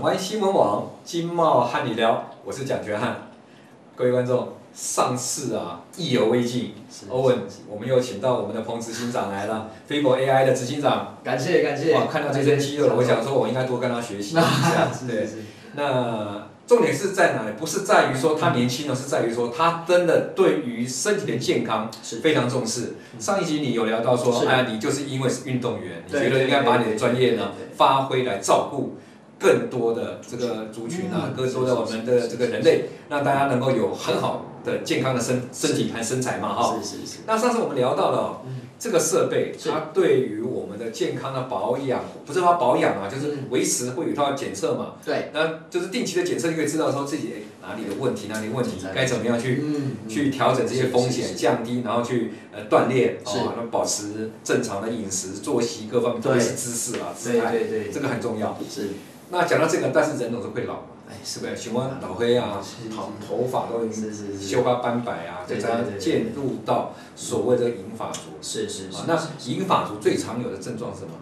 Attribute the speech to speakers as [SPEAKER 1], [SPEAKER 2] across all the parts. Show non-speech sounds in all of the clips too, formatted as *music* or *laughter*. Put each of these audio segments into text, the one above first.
[SPEAKER 1] 欢迎新闻网金茂和你聊，我是蒋觉汉。各位观众，上次啊意犹未尽，欧文，我们又请到我们的彭执行长来了，飞博 AI 的执行长。
[SPEAKER 2] 感谢感谢。
[SPEAKER 1] 哇，，看到这身肌肉了，我想说我应该多跟他学习一下
[SPEAKER 2] *laughs* 是是
[SPEAKER 1] 对，
[SPEAKER 2] 是，
[SPEAKER 1] 那重点是在哪里？不是在于说他年轻了，是在于说他真的对于身体的健康
[SPEAKER 2] 是
[SPEAKER 1] 非常重视。上一集你有聊到说，
[SPEAKER 2] 嗯是
[SPEAKER 1] 哎，你就是因为是运动员，你
[SPEAKER 2] 对
[SPEAKER 1] 觉得应该把你的专业呢
[SPEAKER 2] 对对对
[SPEAKER 1] 发挥来照顾更多的这个族群啊，
[SPEAKER 2] 嗯
[SPEAKER 1] 更多的我们的这个人类，让大家能够有很好的健康的身身体和身材嘛，哈。
[SPEAKER 2] 是是是，
[SPEAKER 1] 那上次我们聊到了哦
[SPEAKER 2] 嗯
[SPEAKER 1] 这个设备，
[SPEAKER 2] 是
[SPEAKER 1] 它对于我们的健康的保养，不是说保养
[SPEAKER 2] 嗯
[SPEAKER 1] 啊，就是维持会有一套检测嘛。
[SPEAKER 2] 对，
[SPEAKER 1] 那就是定期的检测，就可以知道说自己哎哪里有问题，哪里有问题
[SPEAKER 2] 检查，
[SPEAKER 1] 该怎么样去
[SPEAKER 2] 嗯
[SPEAKER 1] 去调整这些风
[SPEAKER 2] 是是
[SPEAKER 1] 险，
[SPEAKER 2] 是
[SPEAKER 1] 降低，然后去呃锻炼
[SPEAKER 2] 是
[SPEAKER 1] 哦，那保持正常的饮食、作息各方面，
[SPEAKER 2] 对
[SPEAKER 1] 特别是姿势啊、姿
[SPEAKER 2] 对
[SPEAKER 1] 态，
[SPEAKER 2] 对对，
[SPEAKER 1] 这个很重要。
[SPEAKER 2] 是，
[SPEAKER 1] 那讲到这个，但是人总是会老嘛，
[SPEAKER 2] 哎
[SPEAKER 1] 是
[SPEAKER 2] 是
[SPEAKER 1] 不
[SPEAKER 2] 的
[SPEAKER 1] 是？喜欢老黑啊
[SPEAKER 2] 是，
[SPEAKER 1] 头头发都已经
[SPEAKER 2] 是是是
[SPEAKER 1] 绣花斑白啊，再
[SPEAKER 2] 对
[SPEAKER 1] 加
[SPEAKER 2] 对
[SPEAKER 1] 上
[SPEAKER 2] 对
[SPEAKER 1] 渐入到所谓的银发族。
[SPEAKER 2] 是是
[SPEAKER 1] 啊
[SPEAKER 2] 是，，
[SPEAKER 1] 那
[SPEAKER 2] 是
[SPEAKER 1] 银发族最常有的症状是什么？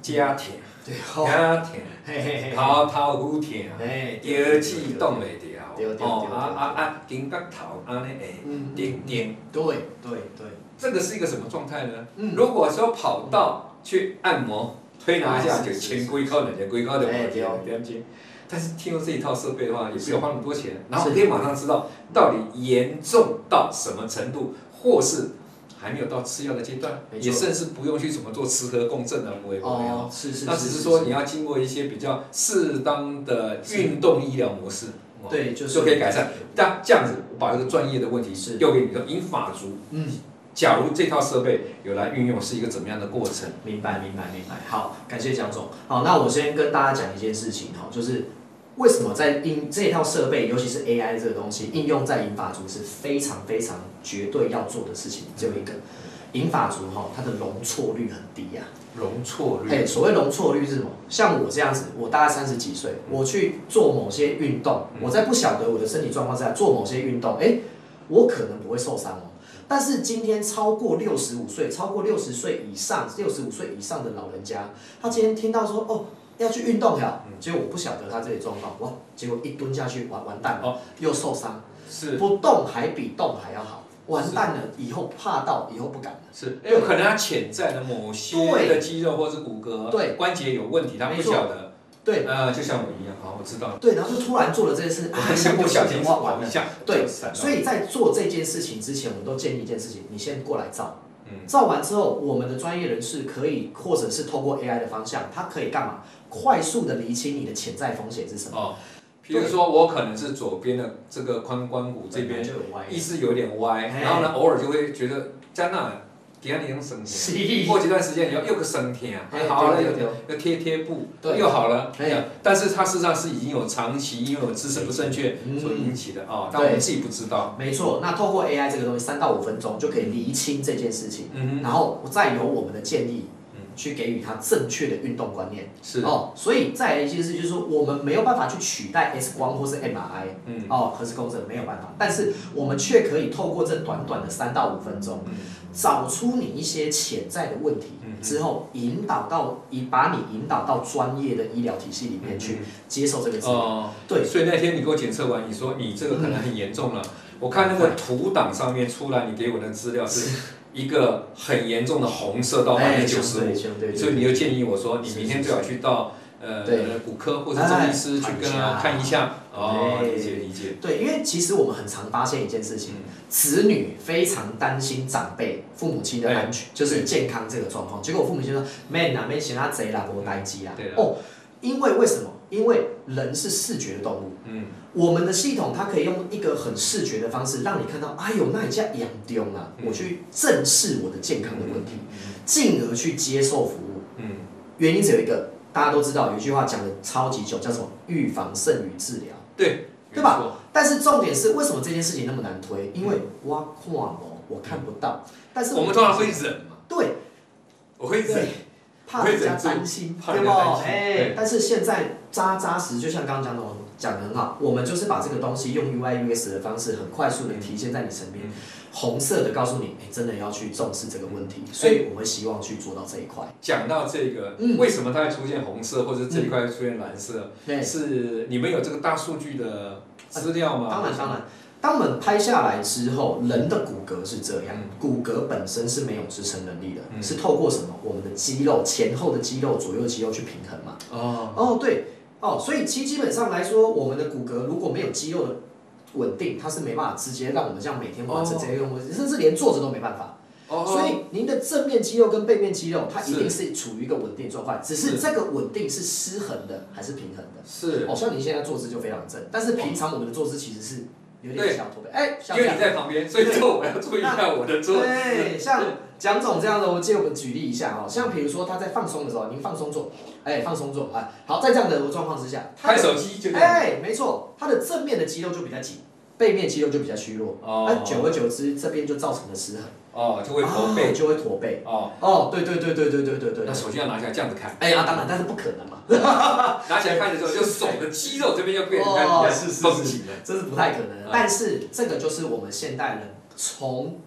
[SPEAKER 1] 家庭，
[SPEAKER 2] 对好，
[SPEAKER 1] 家庭，
[SPEAKER 2] 嘿嘿嘿，
[SPEAKER 1] 头头骨疼啊，
[SPEAKER 2] 哎，
[SPEAKER 1] 腰子动袂
[SPEAKER 2] 对对
[SPEAKER 1] 调，
[SPEAKER 2] 对
[SPEAKER 1] 哦，
[SPEAKER 2] 对
[SPEAKER 1] 啊啊啊，顶骨头安尼会
[SPEAKER 2] 嗯，
[SPEAKER 1] 顶顶，
[SPEAKER 2] 对对对，
[SPEAKER 1] 这个是一个什么状态呢？
[SPEAKER 2] 嗯
[SPEAKER 1] 如果说跑道去按摩推拿一下，
[SPEAKER 2] 是
[SPEAKER 1] 就是前
[SPEAKER 2] 是
[SPEAKER 1] 龟靠两前龟靠的
[SPEAKER 2] 哎
[SPEAKER 1] 摩
[SPEAKER 2] 对
[SPEAKER 1] 肩两肩。但是听到这一套设备的话，也不
[SPEAKER 2] 是
[SPEAKER 1] 用花那么多钱，然后
[SPEAKER 2] 是
[SPEAKER 1] 可以马上知道
[SPEAKER 2] 嗯
[SPEAKER 1] 到底严重到什么程度，或是还没有到吃药的阶段，
[SPEAKER 2] 没错
[SPEAKER 1] 也甚至不用去怎么做磁核共振啊，不会不会哦。，
[SPEAKER 2] 哦是是，
[SPEAKER 1] 那只是说你要经过一些比较适当的运动医疗模式，哦
[SPEAKER 2] 对就是
[SPEAKER 1] 就可以改善。但这样子，我把这个专业的问题
[SPEAKER 2] 是
[SPEAKER 1] 丢给你说，银发族
[SPEAKER 2] 嗯。
[SPEAKER 1] 假如这套设备有来运用，是一个怎么样的过程？
[SPEAKER 2] 明白，明白，明白。好，感谢蒋总。好，那我先跟大家讲一件事情哈，就是为什么在应这一套设备，尤其是 AI 这个东西应用在银发族是非常非常绝对要做的事情，只有一个。银发族哈，它的容错率很低啊呀、
[SPEAKER 1] 容错率
[SPEAKER 2] 哎、所谓容错率是什么？像我这样子，我大概三十几岁，我去做某些运动，我在不晓得我的身体状况之下做某些运动，哎、我可能不会受伤哦。但是今天超过六十五岁，超过六十岁以上、六十五岁以上的老人家，他今天听到说哦要去运动
[SPEAKER 1] 嗯
[SPEAKER 2] 了，结果我不晓得他这里状况，哇，结果一蹲下去完完蛋了，
[SPEAKER 1] 哦
[SPEAKER 2] 又受伤，
[SPEAKER 1] 是
[SPEAKER 2] 不动还比动还要好，完蛋了，以后怕到以后不敢了。
[SPEAKER 1] 是，有可能他潜在的某些
[SPEAKER 2] 对
[SPEAKER 1] 的肌肉或是骨骼、
[SPEAKER 2] 对
[SPEAKER 1] 关节有问题，他不
[SPEAKER 2] 没错
[SPEAKER 1] 晓得。
[SPEAKER 2] 对
[SPEAKER 1] 呃，就像我一样，好，我知道了，
[SPEAKER 2] 对，然后就突然做了这
[SPEAKER 1] *laughs*
[SPEAKER 2] 件事，啊，
[SPEAKER 1] 像不小心
[SPEAKER 2] 哇完
[SPEAKER 1] 跑
[SPEAKER 2] 了
[SPEAKER 1] 一。下，
[SPEAKER 2] 对，
[SPEAKER 1] 闪到
[SPEAKER 2] 所以在做这件事情之前，我们都建议一件事情：你先过来照。
[SPEAKER 1] 嗯
[SPEAKER 2] 照完之后，我们的专业人士可以，或者是透过 AI 的方向，它可以干嘛？快速的厘清你的潜在风险是什么。
[SPEAKER 1] 哦，比如说我可能是左边的这个髋关骨这边
[SPEAKER 2] 就有歪啊
[SPEAKER 1] 意识有点歪，
[SPEAKER 2] 哎
[SPEAKER 1] 然后呢，偶尔就会觉得加那底下你用升
[SPEAKER 2] *laughs* 是
[SPEAKER 1] 天，过一段时间你要又个升天，
[SPEAKER 2] 哎
[SPEAKER 1] 哎好了
[SPEAKER 2] 对
[SPEAKER 1] 又
[SPEAKER 2] 对对
[SPEAKER 1] 又贴贴布，
[SPEAKER 2] 对
[SPEAKER 1] 又好了。
[SPEAKER 2] 哎
[SPEAKER 1] 但是它事实上是已经有长期因为我姿势不正确
[SPEAKER 2] 嗯
[SPEAKER 1] 所引起的啊，但我们自己不知道。
[SPEAKER 2] 没错。那透过 AI 这个东西，三到五分钟就可以厘清这件事情，
[SPEAKER 1] 嗯
[SPEAKER 2] 然后再由我们的建议
[SPEAKER 1] 嗯
[SPEAKER 2] 去给予他正确的运动观念。
[SPEAKER 1] 哼，是，
[SPEAKER 2] 哦，所以再来一件事就是说，我们没有办法去取代 X 光或是 MRI，
[SPEAKER 1] 嗯
[SPEAKER 2] 哦，核磁共振没有办法，但是我们却可以透过这短短的三到五分钟，
[SPEAKER 1] 嗯
[SPEAKER 2] 找出你一些潜在的问题
[SPEAKER 1] 嗯，哼
[SPEAKER 2] 之后引导到引把你引导到专业的医疗体系里面去接受这个治
[SPEAKER 1] 嗯
[SPEAKER 2] 疗。
[SPEAKER 1] 哦，
[SPEAKER 2] 对，嗯
[SPEAKER 1] 所以那天你给我检测完，你说你这个可能很严重了。我看那个图档上面出来，你给我的资料是一个很严重的红色
[SPEAKER 2] 哎
[SPEAKER 1] 到百分之九十五
[SPEAKER 2] 对，相对
[SPEAKER 1] 所以你就建议我说，你明天最好去到
[SPEAKER 2] 对
[SPEAKER 1] 呃骨科或者中医师去跟他
[SPEAKER 2] 哎
[SPEAKER 1] 看一下。哦，
[SPEAKER 2] 对
[SPEAKER 1] 理解理解。
[SPEAKER 2] 对，因为其实我们很常发现一件事情，
[SPEAKER 1] 嗯
[SPEAKER 2] 子女非常担心长辈、父母亲的安全，就是健康这个状况。结果父母亲说：“man 啊，man 嫌他贼啦，我呆鸡啦。
[SPEAKER 1] 对啦啊
[SPEAKER 2] 哦，因为为什么？因为人是视觉的动物，
[SPEAKER 1] 嗯，
[SPEAKER 2] 我们的系统它可以用一个很视觉的方式，让你看到，哎呦，那一下养丢啦，
[SPEAKER 1] 嗯
[SPEAKER 2] 啊我去正视我的健康的问题，进而去接受服务。
[SPEAKER 1] 嗯，
[SPEAKER 2] 原因只有一个，大家都知道有一句话讲的超级久，叫什么？预防胜于治疗。
[SPEAKER 1] 对，
[SPEAKER 2] 对吧
[SPEAKER 1] 没错？
[SPEAKER 2] 但是重点是，为什么这件事情那么难推？因为我看不，我看不到。但是
[SPEAKER 1] 我们通常会忍嘛，
[SPEAKER 2] 对
[SPEAKER 1] 我会忍
[SPEAKER 2] 对。怕人家担心，
[SPEAKER 1] 怕
[SPEAKER 2] 对
[SPEAKER 1] 人
[SPEAKER 2] 不？
[SPEAKER 1] 家担心
[SPEAKER 2] 哎
[SPEAKER 1] 对，
[SPEAKER 2] 但是现在扎扎实，就像刚刚讲的，讲得很好，我们就是把这个东西用 UI UX 的方式，很快速的体现在你身
[SPEAKER 1] 嗯
[SPEAKER 2] 边，红色的告诉你，哎、真的要去重视这个问
[SPEAKER 1] 哎
[SPEAKER 2] 题，所以我会希望去做到这一块。
[SPEAKER 1] 讲到这个，
[SPEAKER 2] 嗯
[SPEAKER 1] 为什么它会出现红色，或者这一块出现蓝色？是你们有这个大数据的资料吗？
[SPEAKER 2] 当然，当然。当我们拍下来之后，人的骨骼是这样，
[SPEAKER 1] 嗯
[SPEAKER 2] 骨骼本身是没有支撑能力的，
[SPEAKER 1] 嗯
[SPEAKER 2] 是透过什么？我们的肌肉前后的肌肉、左右的肌肉去平衡嘛。
[SPEAKER 1] 哦，
[SPEAKER 2] 哦，对，哦，所以其实基本上来说，我们的骨骼如果没有肌肉的稳定，它是没办法直接让我们这样每天完成这些任务，甚至连坐着都没办法。
[SPEAKER 1] 哦，
[SPEAKER 2] 所以您的正面肌肉跟背面肌肉，它一
[SPEAKER 1] 是
[SPEAKER 2] 定是处于一个稳定状态，只
[SPEAKER 1] 是
[SPEAKER 2] 是这个稳定是失衡的还是平衡的。
[SPEAKER 1] 是
[SPEAKER 2] 哦，像你现在坐姿就非常正，但是平常我们的坐姿其实是有点
[SPEAKER 1] 对
[SPEAKER 2] 小驼背，哎、
[SPEAKER 1] 因
[SPEAKER 2] 像这
[SPEAKER 1] 为
[SPEAKER 2] 样
[SPEAKER 1] 你在旁边，所以这我要注意一下我的桌。
[SPEAKER 2] 对，像蒋总这样的，我借我们举例一下哦，像比如说他在放松的时候，您放松坐，哎，放松坐，哎，好，在这样的状况之下，他
[SPEAKER 1] 拍
[SPEAKER 2] 的
[SPEAKER 1] 手机就这样。
[SPEAKER 2] 哎，没错，他的正面的肌肉就比较紧，背面肌肉就比较虚弱，那、久
[SPEAKER 1] 哦
[SPEAKER 2] 而久之，这边就造成了失衡，
[SPEAKER 1] 哦，就会驼
[SPEAKER 2] 哎啊
[SPEAKER 1] 背
[SPEAKER 2] 就会驼背。
[SPEAKER 1] 哦。
[SPEAKER 2] 哦，对对对对对对对对
[SPEAKER 1] 那。手机要拿起来这样子看，
[SPEAKER 2] 哎呀，当然，但是不可能嘛，
[SPEAKER 1] 拿起来看的时候，就手的肌肉这边就变成看
[SPEAKER 2] 哦
[SPEAKER 1] 起来
[SPEAKER 2] 是是
[SPEAKER 1] 绷紧了。
[SPEAKER 2] 这是不太可能的
[SPEAKER 1] 嗯。
[SPEAKER 2] 但是这个就是我们现代人从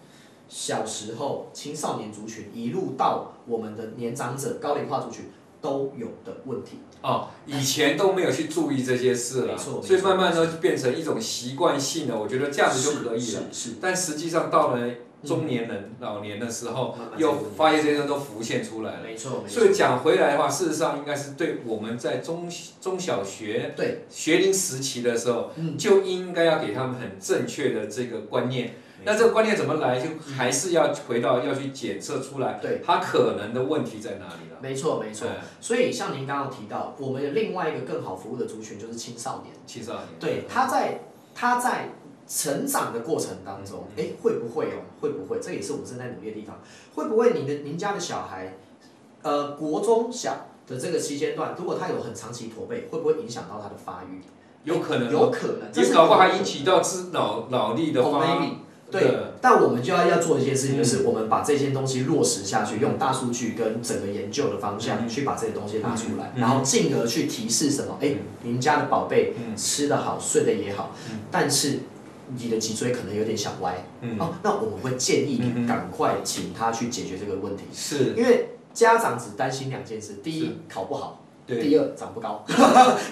[SPEAKER 2] 小时候青少年族群一路到我们的年长者高龄化族群都有的问题。
[SPEAKER 1] 哦，以前都没有去注意这些事了，
[SPEAKER 2] 没错没错
[SPEAKER 1] 所以慢慢呢就变成一种习惯性的，我觉得这样子就可以了。
[SPEAKER 2] 是。是是
[SPEAKER 1] 但实际上到了中年人、老年的时候
[SPEAKER 2] 嗯慢慢，
[SPEAKER 1] 又
[SPEAKER 2] 这个问题
[SPEAKER 1] 发现这些东西都浮现出来了。
[SPEAKER 2] 没错没错
[SPEAKER 1] 所。以讲回来的话，事实上应该是对我们在中中小学
[SPEAKER 2] 对，
[SPEAKER 1] 学龄时期的时候，
[SPEAKER 2] 嗯
[SPEAKER 1] 就应该要给他们很正确的这个观念。那这
[SPEAKER 2] 没嗯
[SPEAKER 1] 个观念怎么来，就还是要回到要去检测出来，
[SPEAKER 2] 对，
[SPEAKER 1] 它可能的问题在哪里了。
[SPEAKER 2] 没错没错。
[SPEAKER 1] 嗯
[SPEAKER 2] 所以像您刚刚提到，我们有另外一个更好服务的族群就是青少年。
[SPEAKER 1] 青少年，
[SPEAKER 2] 对，他在他在成长的过程当
[SPEAKER 1] 嗯
[SPEAKER 2] 中，哎、会不会哦？会不会？这也是我们正在努力的地方。会不会你的您家的小孩，呃，国中小的这个期间段，如果他有很长期驼背，会不会影响到他的发育？
[SPEAKER 1] 有可能哦，
[SPEAKER 2] 有可能，这
[SPEAKER 1] 也
[SPEAKER 2] 是
[SPEAKER 1] 搞不好还
[SPEAKER 2] 有可
[SPEAKER 1] 引
[SPEAKER 2] 能
[SPEAKER 1] 起到之脑脑力的
[SPEAKER 2] 哦
[SPEAKER 1] 发
[SPEAKER 2] ，maybe，对，但我们就要要做一件事
[SPEAKER 1] 嗯
[SPEAKER 2] 情，就是我们把这件东西落实下去，用大数据跟整个研究的方向去把这些东西拿出来，
[SPEAKER 1] 嗯
[SPEAKER 2] 然后进而去提示什么？哎，您家的宝贝
[SPEAKER 1] 嗯
[SPEAKER 2] 吃得好，睡得也好
[SPEAKER 1] 嗯，
[SPEAKER 2] 但是你的脊椎可能有点小歪
[SPEAKER 1] 嗯，
[SPEAKER 2] 哦，那我们会建议
[SPEAKER 1] 嗯嗯
[SPEAKER 2] 你赶快请他去解决这个问题，
[SPEAKER 1] 是，
[SPEAKER 2] 因为家长只担心两件事：第
[SPEAKER 1] 是
[SPEAKER 2] 一，考不好。
[SPEAKER 1] 对，
[SPEAKER 2] 第二长不
[SPEAKER 1] *laughs*
[SPEAKER 2] 高，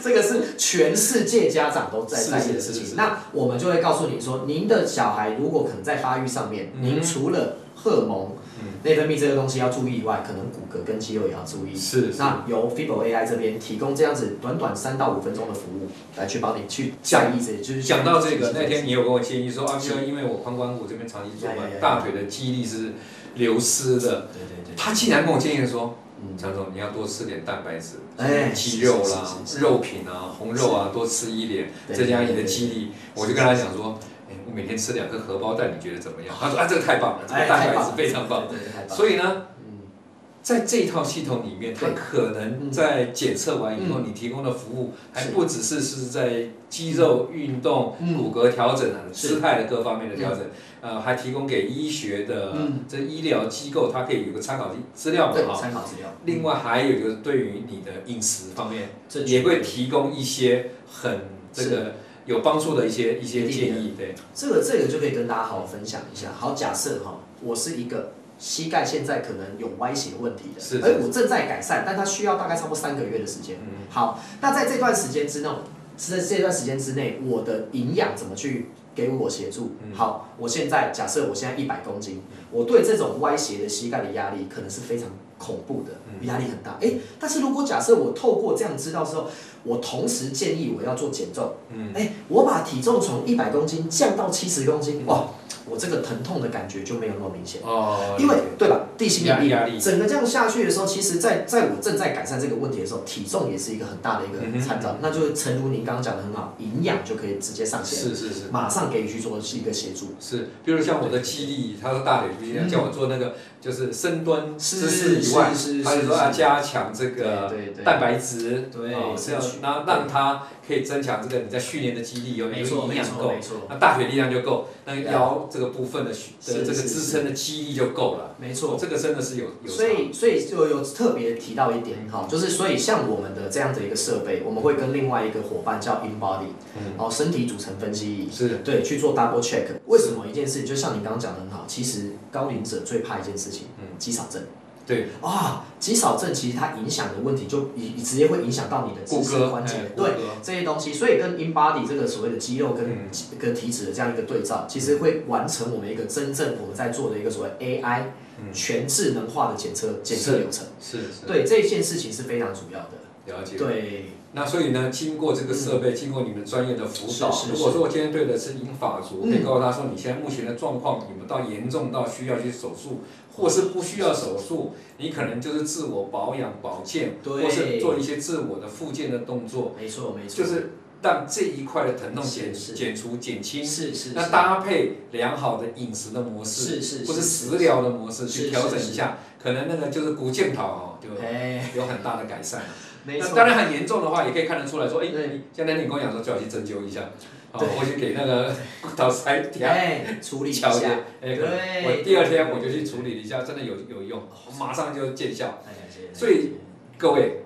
[SPEAKER 2] 这个是全世界家长都在
[SPEAKER 1] 是
[SPEAKER 2] 在意的
[SPEAKER 1] 是
[SPEAKER 2] 事
[SPEAKER 1] 是是
[SPEAKER 2] 情。那我们就会告诉你说，您的小孩如果可能在发育上面，
[SPEAKER 1] 嗯
[SPEAKER 2] 您除了荷尔蒙
[SPEAKER 1] 嗯、
[SPEAKER 2] 内分泌这个东西要注意以外，可能骨骼跟肌肉也要注意。
[SPEAKER 1] 是是
[SPEAKER 2] 那由 Fibo AI 这边提供这样子短短三到五分钟的服务，来去帮你去讲义这些，就是
[SPEAKER 1] 讲到这个，那天
[SPEAKER 2] 是
[SPEAKER 1] 你有跟我建议说，啊，
[SPEAKER 2] 是
[SPEAKER 1] 因为我髋关骨这边长期坐
[SPEAKER 2] 呀呀
[SPEAKER 1] 嘛，
[SPEAKER 2] 呀
[SPEAKER 1] 大腿的肌力是流失的。
[SPEAKER 2] 对对对，
[SPEAKER 1] 他竟然跟我建议说，
[SPEAKER 2] 嗯，
[SPEAKER 1] 张总，你要多吃点蛋白质，
[SPEAKER 2] 哎
[SPEAKER 1] 鸡肉
[SPEAKER 2] 是
[SPEAKER 1] 啦
[SPEAKER 2] 是是、是
[SPEAKER 1] 肉品啊、红肉啊，多吃一点，
[SPEAKER 2] 对
[SPEAKER 1] 增加你的
[SPEAKER 2] 对对
[SPEAKER 1] 肌力。
[SPEAKER 2] 是
[SPEAKER 1] 我就跟他讲说，哎，我每天吃两颗荷包蛋，你觉得怎么样？他说啊，这个太棒了，这
[SPEAKER 2] 哎
[SPEAKER 1] 个蛋
[SPEAKER 2] 太
[SPEAKER 1] 白
[SPEAKER 2] 棒
[SPEAKER 1] 质
[SPEAKER 2] 了
[SPEAKER 1] 非常棒。
[SPEAKER 2] 对对对太棒了
[SPEAKER 1] 所以呢，
[SPEAKER 2] 嗯
[SPEAKER 1] 在这一套系统里面，它
[SPEAKER 2] 对
[SPEAKER 1] 可能
[SPEAKER 2] 嗯
[SPEAKER 1] 在检测完以后，你提供的服务还
[SPEAKER 2] 是
[SPEAKER 1] 不只是是在肌肉运动、
[SPEAKER 2] 嗯
[SPEAKER 1] 骨骼调整啊、
[SPEAKER 2] 是
[SPEAKER 1] 姿态的各方面的调整，呃，还提供给医学的
[SPEAKER 2] 嗯
[SPEAKER 1] 这医疗机构，它可以有个参考资料嘛
[SPEAKER 2] 对
[SPEAKER 1] 哈。
[SPEAKER 2] 参考资料，
[SPEAKER 1] 另外还有就是对于你的饮食方面，
[SPEAKER 2] 这
[SPEAKER 1] 也会提供一些很这个有帮助的一些一些建议，对，
[SPEAKER 2] 这个这个就可以跟大家好好分享一下。好，假设哈，我是一个膝盖现在可能有歪斜问题的，
[SPEAKER 1] 是是
[SPEAKER 2] 而我正在改善，但它需要大概差不多三个月的时间。
[SPEAKER 1] 嗯
[SPEAKER 2] 好，那在这段时间之内，在这段时间之内，我的营养怎么去给我协助？
[SPEAKER 1] 嗯
[SPEAKER 2] 好，我现在假设我现在一百公斤，我对这种歪斜的膝盖的压力可能是非常恐怖
[SPEAKER 1] 嗯
[SPEAKER 2] 的，压力很大。诶，但是如果假设我透过这样知道之后，我同时建议我要做减重。
[SPEAKER 1] 嗯，
[SPEAKER 2] 哎、我把体重从一百公斤降到七十公
[SPEAKER 1] 嗯
[SPEAKER 2] 斤，哇，我这个疼痛的感觉就没有那么明显，
[SPEAKER 1] 哦，
[SPEAKER 2] 因为对吧？地心引力，
[SPEAKER 1] 压力
[SPEAKER 2] 整个这样下去的时候，其实在在我正在改善这个问题的时候，体重也是一个很大的一
[SPEAKER 1] 嗯哼
[SPEAKER 2] 个参照。那就诚如您刚刚讲的很好，营养就可以直接上线，
[SPEAKER 1] 是是是
[SPEAKER 2] 马上给予去做一个协助。
[SPEAKER 1] 是，比如像我的肌力，他说大腿不一样，
[SPEAKER 2] 嗯
[SPEAKER 1] 叫我做那个就是深蹲
[SPEAKER 2] 是
[SPEAKER 1] 姿势以外
[SPEAKER 2] 是是，是
[SPEAKER 1] 他就说要
[SPEAKER 2] 嗯是
[SPEAKER 1] 加强这个
[SPEAKER 2] 对对对
[SPEAKER 1] 蛋白质，
[SPEAKER 2] 对
[SPEAKER 1] 哦是要
[SPEAKER 2] 摄取
[SPEAKER 1] 让让它可以增强这个你在训练的肌力有有
[SPEAKER 2] 没错
[SPEAKER 1] 营
[SPEAKER 2] 没
[SPEAKER 1] 养
[SPEAKER 2] 错
[SPEAKER 1] 够
[SPEAKER 2] 没错，
[SPEAKER 1] 那大腿力量就够，那个
[SPEAKER 2] 对啊
[SPEAKER 1] 腰这这个部分的需的
[SPEAKER 2] 是
[SPEAKER 1] 这个
[SPEAKER 2] 是
[SPEAKER 1] 自
[SPEAKER 2] 是
[SPEAKER 1] 身的记忆就够了。
[SPEAKER 2] 没错。
[SPEAKER 1] 这个真的是有有
[SPEAKER 2] 所以，所以就有特别提到一点
[SPEAKER 1] 嗯
[SPEAKER 2] 哈，就是所以像我们的这样的一个设备，我们会跟另外一个伙伴叫 InBody，
[SPEAKER 1] 嗯
[SPEAKER 2] 然后身体组成分析仪
[SPEAKER 1] 差是
[SPEAKER 2] 对，去做 double check。为什么一件事？就像你刚刚讲的很好，其实高龄者最怕一件事情，
[SPEAKER 1] 嗯
[SPEAKER 2] 肌少症。
[SPEAKER 1] 对
[SPEAKER 2] 啊，肌少症其实它影响的问题就已直接会影响到你的
[SPEAKER 1] 骨
[SPEAKER 2] 自身
[SPEAKER 1] 骼
[SPEAKER 2] 关
[SPEAKER 1] 哎
[SPEAKER 2] 节，
[SPEAKER 1] 骨
[SPEAKER 2] 对
[SPEAKER 1] 骼
[SPEAKER 2] 这些东西。所以跟 in body 这个所谓的肌肉跟
[SPEAKER 1] 嗯
[SPEAKER 2] 跟体脂的这样一个对照，其实会完成我们一个真正我们在做的一个所谓 AI
[SPEAKER 1] 嗯
[SPEAKER 2] 全智能化的检测检测流程。
[SPEAKER 1] 是是
[SPEAKER 2] 对这件事情是非常主要的。
[SPEAKER 1] 了解。
[SPEAKER 2] 对，
[SPEAKER 1] 那所以呢，经过这个设备，经过你们专业的辅导，
[SPEAKER 2] 是是是
[SPEAKER 1] 如果说我今天对的是银发族，
[SPEAKER 2] 嗯
[SPEAKER 1] 可以告诉他说，你现在目前的状况有没有到严重到需要去手术，或是不需要手术，你可能就是自我保养保健，
[SPEAKER 2] 对
[SPEAKER 1] 或是做一些自我的复健的动作，
[SPEAKER 2] 没错没错，
[SPEAKER 1] 就是让这一块的疼痛减
[SPEAKER 2] 是是
[SPEAKER 1] 减除减轻。
[SPEAKER 2] 是是
[SPEAKER 1] 那
[SPEAKER 2] 是
[SPEAKER 1] 搭配良好的饮食的模式，
[SPEAKER 2] 是是
[SPEAKER 1] 或是
[SPEAKER 2] 是
[SPEAKER 1] 食疗的模式
[SPEAKER 2] 是
[SPEAKER 1] 去
[SPEAKER 2] 是
[SPEAKER 1] 调整
[SPEAKER 2] 是
[SPEAKER 1] 一下，可能那个就是骨健跑哦，就
[SPEAKER 2] 哎，
[SPEAKER 1] 有很大的改善。啊
[SPEAKER 2] 没
[SPEAKER 1] 那
[SPEAKER 2] 错，
[SPEAKER 1] 当然很严重的话，也可以看得出来说，哎、
[SPEAKER 2] 对
[SPEAKER 1] 你像那天你跟我讲说，最好去针灸一下，啊，
[SPEAKER 2] 对
[SPEAKER 1] 我去给那
[SPEAKER 2] *laughs*
[SPEAKER 1] 个骨头塞点
[SPEAKER 2] 哎，处理一下
[SPEAKER 1] 敲一，下，哎、可能
[SPEAKER 2] 对哦
[SPEAKER 1] 我第二天我就去处理了一下，真的有有用，马上就见效。
[SPEAKER 2] 哎感谢
[SPEAKER 1] 所以各位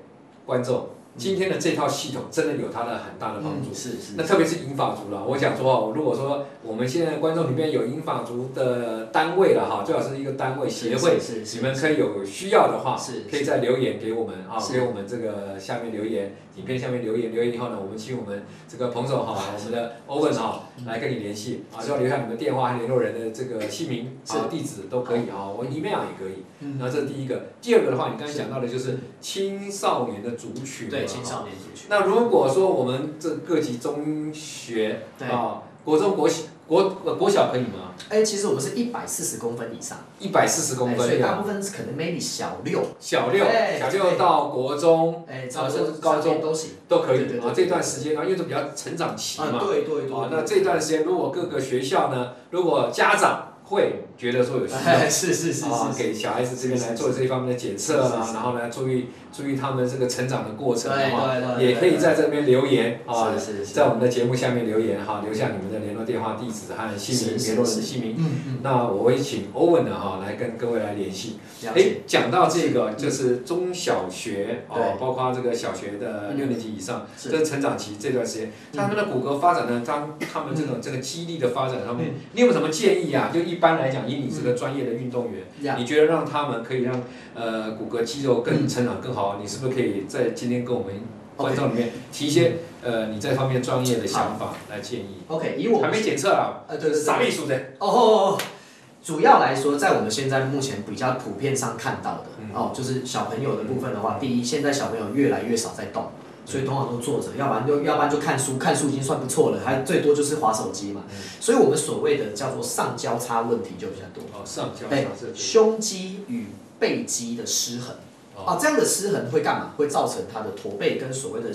[SPEAKER 1] 观众，今天的这套系统真的有它的很大的帮助。
[SPEAKER 2] 嗯是是，
[SPEAKER 1] 那特别是银发族啦，我想说哦，如果说我们现在观众里面有银发族的单位了哈，最好是一个单位协会，
[SPEAKER 2] 是是
[SPEAKER 1] 你们可以有需要的话，
[SPEAKER 2] 是
[SPEAKER 1] 可以在留言给我们啊，
[SPEAKER 2] 是
[SPEAKER 1] 给我们这个下面留言，影片下面留言，留言以后呢，我们请我们这个彭总哈，我们的 Owen 哈来跟你联系啊，就要留下你们电话和联络人的这个姓名
[SPEAKER 2] 是
[SPEAKER 1] 啊、地址都可以啊，我 email 也可以。
[SPEAKER 2] 嗯
[SPEAKER 1] 那这是第一个，第二个的话，你刚才讲到的就是青少年的族群嘛，
[SPEAKER 2] 对
[SPEAKER 1] 啊
[SPEAKER 2] 青少年族群，
[SPEAKER 1] 那如果说我们这各级中学
[SPEAKER 2] 对
[SPEAKER 1] 啊，国中国小国呃国小可以吗？
[SPEAKER 2] 哎，其实我们是一百四十公分以上，
[SPEAKER 1] 一百四十公
[SPEAKER 2] 哎所
[SPEAKER 1] 分
[SPEAKER 2] 以大
[SPEAKER 1] 的
[SPEAKER 2] 部分是可能 maybe 小六，
[SPEAKER 1] 小六，
[SPEAKER 2] 对
[SPEAKER 1] 小
[SPEAKER 2] 对
[SPEAKER 1] 六到国中。
[SPEAKER 2] 哎，
[SPEAKER 1] 啊
[SPEAKER 2] 差不
[SPEAKER 1] 甚
[SPEAKER 2] 多
[SPEAKER 1] 至高中
[SPEAKER 2] 上面都行，
[SPEAKER 1] 都可
[SPEAKER 2] 对对
[SPEAKER 1] 以
[SPEAKER 2] 对
[SPEAKER 1] 啊。这
[SPEAKER 2] 对
[SPEAKER 1] 段时间呢，因为这比较成长期
[SPEAKER 2] 啊，
[SPEAKER 1] 嘛，
[SPEAKER 2] 对对
[SPEAKER 1] 啊
[SPEAKER 2] 对，，
[SPEAKER 1] 那这段时间如果各个学校呢，如果家长会觉得
[SPEAKER 2] *laughs*
[SPEAKER 1] 说有需要。
[SPEAKER 2] 哎是是是
[SPEAKER 1] 啊
[SPEAKER 2] 是，是，
[SPEAKER 1] 给小孩子这边来做这一方面的检测
[SPEAKER 2] 是
[SPEAKER 1] 啊
[SPEAKER 2] 是，是
[SPEAKER 1] 然后呢，注意注意他们这个成长的过
[SPEAKER 2] 对
[SPEAKER 1] 程的话，
[SPEAKER 2] 对对，
[SPEAKER 1] 也可以在这边留言啊
[SPEAKER 2] 啊，，是是是，
[SPEAKER 1] 在我们的节目下面留言哈，留下你们的联络电话、地址和姓名、
[SPEAKER 2] 是是
[SPEAKER 1] 联络人
[SPEAKER 2] 是
[SPEAKER 1] 的姓名。
[SPEAKER 2] 嗯嗯，
[SPEAKER 1] 那我会请欧文呢哈来跟各位来联系。
[SPEAKER 2] 了解，
[SPEAKER 1] 哎，讲到这个，就是中小学哦，
[SPEAKER 2] 对
[SPEAKER 1] 包括这个小学的
[SPEAKER 2] 嗯
[SPEAKER 1] 六年级以上，
[SPEAKER 2] 是
[SPEAKER 1] 这成长期这段时间，
[SPEAKER 2] 嗯
[SPEAKER 1] 他们的骨骼发展呢，他他们这种这个肌力的发展上
[SPEAKER 2] 嗯
[SPEAKER 1] 面，你有没有什么建议啊？就一般来讲，以你这个专业的运动员，
[SPEAKER 2] 呀
[SPEAKER 1] 你觉得让他们可以让呃骨骼肌肉更成长更好，你是不是可以在今天跟我们观众里面提一些呃你这方面专业的想法来建议？
[SPEAKER 2] ，OK，以我
[SPEAKER 1] 还
[SPEAKER 2] 们
[SPEAKER 1] 没检测啊，
[SPEAKER 2] 呃对对对
[SPEAKER 1] 傻秘书的，
[SPEAKER 2] 哦，主要来说，在我们现在目前比较普遍上看到的、
[SPEAKER 1] 嗯
[SPEAKER 2] 哦，就是小朋友的部分的话，第一，现在小朋友越来越少在动，
[SPEAKER 1] 嗯
[SPEAKER 2] 所以通常都坐着，要不然就要不然就看书，看书已经算不错了，还最多就是划手机嘛。
[SPEAKER 1] 嗯
[SPEAKER 2] 所以我们所谓的叫做上交叉问题就比较多，
[SPEAKER 1] 哦，上交
[SPEAKER 2] 哎
[SPEAKER 1] 上这边
[SPEAKER 2] 胸肌与背肌的失衡啊、
[SPEAKER 1] 哦，
[SPEAKER 2] 这样的失衡会干嘛？会造成他的驼背跟所谓的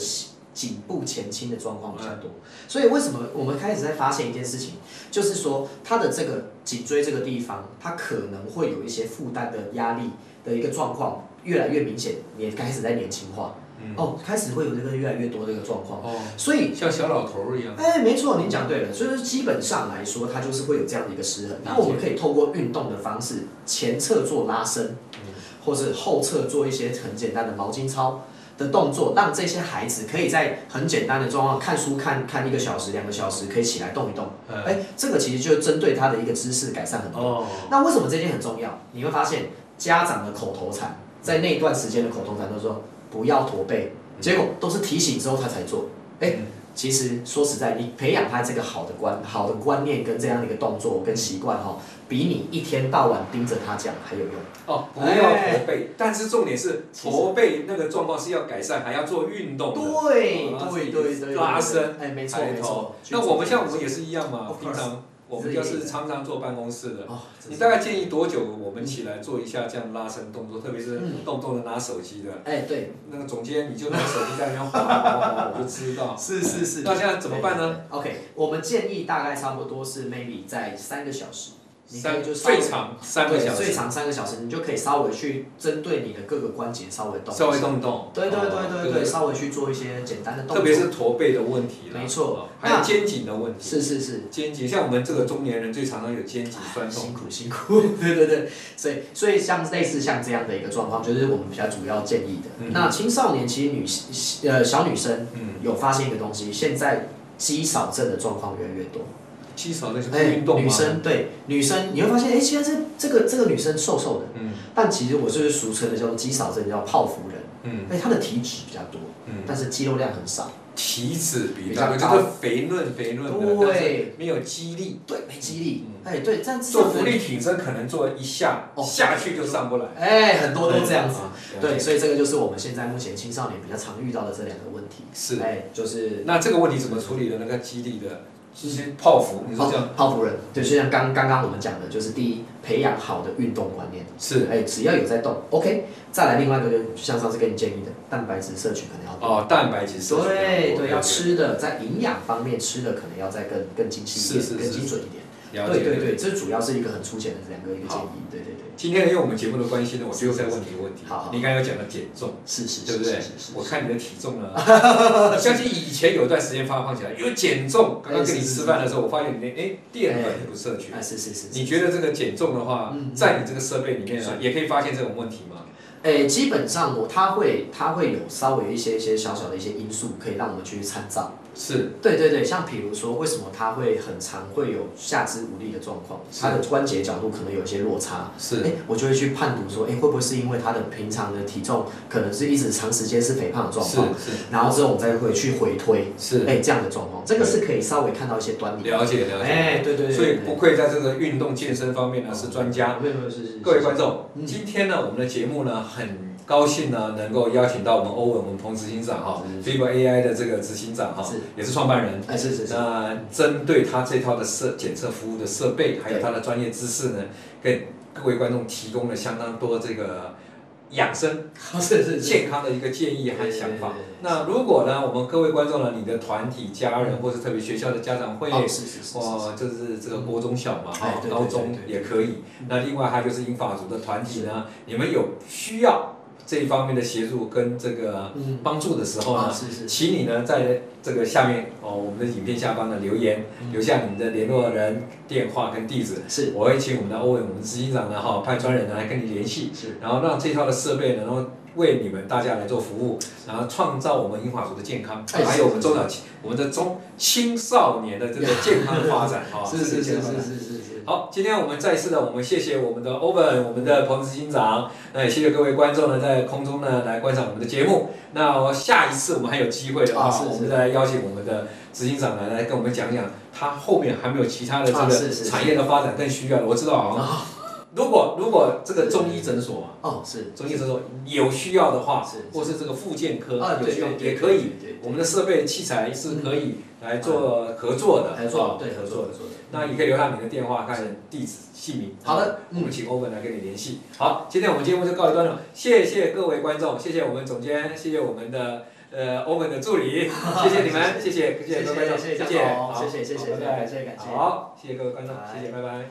[SPEAKER 2] 颈部前倾的状况比较多。
[SPEAKER 1] 嗯
[SPEAKER 2] 所以为什么我们开始在发现一件事情，就是说他的这个颈椎这个地方，它可能会有一些负担的压力的一个状况越来越明显，也开始在年轻化
[SPEAKER 1] 嗯
[SPEAKER 2] 哦，开始会有这个越来越多这个状况。
[SPEAKER 1] 哦，
[SPEAKER 2] 所以
[SPEAKER 1] 像小老头儿一样。
[SPEAKER 2] 哎，没错，您讲对了，所以说基本上来说，它就是会有这样的一个失衡。那我们可以透过运动的方式，前侧做拉伸，或是后侧做一些很简单的毛巾操的动作，让这些孩子可以在很简单的状况看书看看一个小时、两个小时，可以起来动一动。
[SPEAKER 1] 嗯
[SPEAKER 2] 哎，这个其实就针对他的一个知识改善很多。
[SPEAKER 1] 哦，
[SPEAKER 2] 那为什么这件很重要？你会发现家长的口头禅，在那一段时间的口头禅都说不要驼背，结果都是提醒之后他才做。哎、
[SPEAKER 1] 嗯
[SPEAKER 2] 其实说实在，你培养他这个好的观、好的观念跟这样的一个动作跟习惯哈，比你一天到晚盯着他讲还有用。
[SPEAKER 1] 哦，不要
[SPEAKER 2] 哎
[SPEAKER 1] 驼背，但是重点是
[SPEAKER 2] 其实
[SPEAKER 1] 驼背那个状况是要改善，还要做运动的。
[SPEAKER 2] 对
[SPEAKER 1] 哦
[SPEAKER 2] 对对对，
[SPEAKER 1] 拉伸，，
[SPEAKER 2] 哎，没错
[SPEAKER 1] 抬
[SPEAKER 2] 没
[SPEAKER 1] 头
[SPEAKER 2] 错。。
[SPEAKER 1] 那我们像我们也是一样嘛，
[SPEAKER 2] Of
[SPEAKER 1] 平常我们就是常常坐办公室的。
[SPEAKER 2] 哦，
[SPEAKER 1] 你大概建议多久我们起来做一下这样拉伸动作，特别是
[SPEAKER 2] 嗯
[SPEAKER 1] 动不动的拿手机的，
[SPEAKER 2] 哎对，
[SPEAKER 1] 那个总监你就拿手机在那边滑滑滑，我就知道。
[SPEAKER 2] 是是是
[SPEAKER 1] 哎那现在怎么办呢？
[SPEAKER 2] ？OK，我们建议大概差不多是 maybe 在三个小时你可以就稍微
[SPEAKER 1] 最长三个
[SPEAKER 2] 对
[SPEAKER 1] 小
[SPEAKER 2] 最
[SPEAKER 1] 时，
[SPEAKER 2] 长三个小时，你就可以稍微去针对你的各个关节稍微动一下
[SPEAKER 1] 稍微动一动，
[SPEAKER 2] 对对
[SPEAKER 1] 哦
[SPEAKER 2] 对对对，稍微去做一些简单的动作，
[SPEAKER 1] 特别是驼背的问题了，
[SPEAKER 2] 没错
[SPEAKER 1] 哦还
[SPEAKER 2] 那
[SPEAKER 1] 有肩颈的问题，
[SPEAKER 2] 是是是，
[SPEAKER 1] 肩颈像我们这个中年人最常常有肩颈酸痛，
[SPEAKER 2] 辛苦辛苦， *laughs* 对对对，所以所以像类似像这样的一个状况，就是我们比较主要建议的。
[SPEAKER 1] 嗯
[SPEAKER 2] 那青少年其实女呃小女生
[SPEAKER 1] 嗯，
[SPEAKER 2] 有发现一个东西，现在肌少症的状况越来越多。哎
[SPEAKER 1] 肌少症是不运动
[SPEAKER 2] 女
[SPEAKER 1] 吗？
[SPEAKER 2] 生对女生，你会发现，哎、现在这这个这个女生瘦瘦的，
[SPEAKER 1] 嗯
[SPEAKER 2] 但其实我就是俗称的叫做肌少症，叫泡芙人。
[SPEAKER 1] 嗯
[SPEAKER 2] 哎、她的体脂比较多，
[SPEAKER 1] 嗯，
[SPEAKER 2] 但是肌肉量很少。
[SPEAKER 1] 体脂比较高，
[SPEAKER 2] 比
[SPEAKER 1] 就
[SPEAKER 2] 较高
[SPEAKER 1] 是肥嫩肥嫩的，
[SPEAKER 2] 对
[SPEAKER 1] 但是没有肌力，
[SPEAKER 2] 对，没肌力
[SPEAKER 1] 嗯。
[SPEAKER 2] 哎、对，但是
[SPEAKER 1] 做浮力挺身可能做一下，
[SPEAKER 2] 哦
[SPEAKER 1] 下去就上不来，
[SPEAKER 2] 哎、很多都这样子。
[SPEAKER 1] 啊
[SPEAKER 2] 对，，所以这个就是我们现在目前青少年比较常遇到的这两个问题。
[SPEAKER 1] 是。
[SPEAKER 2] 哎，就是
[SPEAKER 1] 那这个问题怎么处理的？那个肌力的，就是泡芙，你说这样
[SPEAKER 2] 泡泡芙人，对，就像刚刚刚我们讲的，就是第一，培养好的运动观念。
[SPEAKER 1] 是
[SPEAKER 2] 哎，只要有在动，OK。再来另外一个，就像上次跟你建议的，蛋白质摄取可能要多。
[SPEAKER 1] 哦，蛋白质摄取
[SPEAKER 2] 对
[SPEAKER 1] 多
[SPEAKER 2] 对，要。吃的，在营养方面吃的可能要再更更精细
[SPEAKER 1] 是
[SPEAKER 2] 一
[SPEAKER 1] 是
[SPEAKER 2] 点，
[SPEAKER 1] 是
[SPEAKER 2] 更精准一点。
[SPEAKER 1] 了解
[SPEAKER 2] 对对对，这主要是一个很粗浅的这两个一个建议。对对对，
[SPEAKER 1] 今天因为我们节目的关系呢，我就再问你一个问题。
[SPEAKER 2] 好好
[SPEAKER 1] 你刚刚有讲到减重，
[SPEAKER 2] 是是
[SPEAKER 1] 对
[SPEAKER 2] 是
[SPEAKER 1] 不
[SPEAKER 2] 是
[SPEAKER 1] 对
[SPEAKER 2] 是是。？
[SPEAKER 1] 我看你的体重
[SPEAKER 2] *laughs*
[SPEAKER 1] 呢，相信以前有一段时间发胖起来，因为减重。刚刚跟你吃饭的时候，我发现你连哎淀粉都不摄取。
[SPEAKER 2] 哎，是是是。
[SPEAKER 1] 你觉得这个减重的话
[SPEAKER 2] 嗯，嗯
[SPEAKER 1] 在你这个设备里面呢，也可以发现这种问题吗？
[SPEAKER 2] 诶，哎基本上我它会它会有稍微一些一些小小的一些因素可以让我们去参照。
[SPEAKER 1] 是
[SPEAKER 2] 对对对，像比如说为什么它会很常会有下肢无力的状况，
[SPEAKER 1] 是
[SPEAKER 2] 它的关节角度可能有一些落差。
[SPEAKER 1] 是
[SPEAKER 2] 诶，我就会去判读说，诶，哎会不会是因为他的平常的体重可能是一直长时间是肥胖啊的状况，
[SPEAKER 1] 是
[SPEAKER 2] 然后之后我们再会去回推，
[SPEAKER 1] 是
[SPEAKER 2] 诶，这样的状况，这个是可以稍微看到一些端倪。
[SPEAKER 1] 了解了解。
[SPEAKER 2] 哎，对对对，
[SPEAKER 1] 所以
[SPEAKER 2] 对
[SPEAKER 1] 不愧在这个运动健身方面呢是专家。
[SPEAKER 2] 没有没有是是是
[SPEAKER 1] 各位观众，
[SPEAKER 2] 嗯
[SPEAKER 1] 今天呢，我们的节目呢，很高兴呢，能够邀请到我们欧文，我们彭执行长哈
[SPEAKER 2] 是
[SPEAKER 1] ，Fiber AI 的这个执行长哈
[SPEAKER 2] 是，
[SPEAKER 1] 也是创办人。
[SPEAKER 2] 哎是是是，
[SPEAKER 1] 那针对他这套的设检测服务的设备，还有他的专业知识呢，给各位观众提供了相当多这个养生
[SPEAKER 2] 是是是，
[SPEAKER 1] 健康的一个建议和想法
[SPEAKER 2] 对对对对。
[SPEAKER 1] 那如果呢，我们各位观众呢，你的团体、家人，或是特别学校的家长会，
[SPEAKER 2] 哦是是是是是。
[SPEAKER 1] 哇，就是这个国中小嘛，
[SPEAKER 2] 哎
[SPEAKER 1] 哈、
[SPEAKER 2] 对对
[SPEAKER 1] 高中
[SPEAKER 2] 对对
[SPEAKER 1] 也可以。那另外还有就是英法族的团体呢，你们有需要这一方面的协助跟这个
[SPEAKER 2] 嗯
[SPEAKER 1] 帮助的时候
[SPEAKER 2] 啊
[SPEAKER 1] 呢，
[SPEAKER 2] 是是，
[SPEAKER 1] 请你呢在这个下面哦，我们的影片下方呢留言，
[SPEAKER 2] 嗯
[SPEAKER 1] 留下你们的联络人、电话跟地址。
[SPEAKER 2] 是
[SPEAKER 1] 我会请我们的欧文，我们执行长呢，哈，派专人呢来跟你联系，
[SPEAKER 2] 是
[SPEAKER 1] 然后让这套的设备呢，然后为你们大家来做服务，然后创造我们英华族的健康，
[SPEAKER 2] 哎
[SPEAKER 1] 还有我们中小青我们的中青少年的这个健康的发
[SPEAKER 2] *laughs*
[SPEAKER 1] 展，哈，
[SPEAKER 2] 是哦是是
[SPEAKER 1] 这个健
[SPEAKER 2] 是
[SPEAKER 1] 康的发展
[SPEAKER 2] 是是是。
[SPEAKER 1] 好，今天我们再次的，我们谢谢我们的欧文，我们的彭执行长，那也谢谢各位观众呢，在空中呢来观赏我们的节目。那下一次我们还有机会的话，
[SPEAKER 2] 啊是是
[SPEAKER 1] 我们再来邀请我们的执行长来来跟我们讲讲，他后面还没有其他的这
[SPEAKER 2] 啊
[SPEAKER 1] 个
[SPEAKER 2] 是是啊是
[SPEAKER 1] 产业的发展更需要的。我知道好像，如果如果这个中医诊所啊，
[SPEAKER 2] 哦，是
[SPEAKER 1] 中医诊所有需要的话，
[SPEAKER 2] 是是
[SPEAKER 1] 或是这个复健科
[SPEAKER 2] 啊，
[SPEAKER 1] 有
[SPEAKER 2] 对
[SPEAKER 1] 需要
[SPEAKER 2] 对对
[SPEAKER 1] 也可以
[SPEAKER 2] 对对对，
[SPEAKER 1] 我们的设备器材是可以来做合作的，
[SPEAKER 2] 合
[SPEAKER 1] 啊
[SPEAKER 2] 作嗯哦对合作合作的。
[SPEAKER 1] 那你可以留下你的电话、看地址、姓名。嗯
[SPEAKER 2] 好的嗯
[SPEAKER 1] 我们请欧文来跟你联系。好，今天我们节目就告一段落，谢谢各位观众，谢谢我们总监，谢谢我们的呃欧文的助
[SPEAKER 2] *laughs*
[SPEAKER 1] 理，谢谢你们，谢谢谢
[SPEAKER 2] 谢谢
[SPEAKER 1] 各位观众，
[SPEAKER 2] 谢谢
[SPEAKER 1] 谢
[SPEAKER 2] 江
[SPEAKER 1] 谢，
[SPEAKER 2] 总
[SPEAKER 1] 好
[SPEAKER 2] 谢谢谢谢
[SPEAKER 1] 好拜拜
[SPEAKER 2] 感谢感谢
[SPEAKER 1] 好，谢谢各位观众，
[SPEAKER 2] 拜
[SPEAKER 1] 谢谢，拜拜。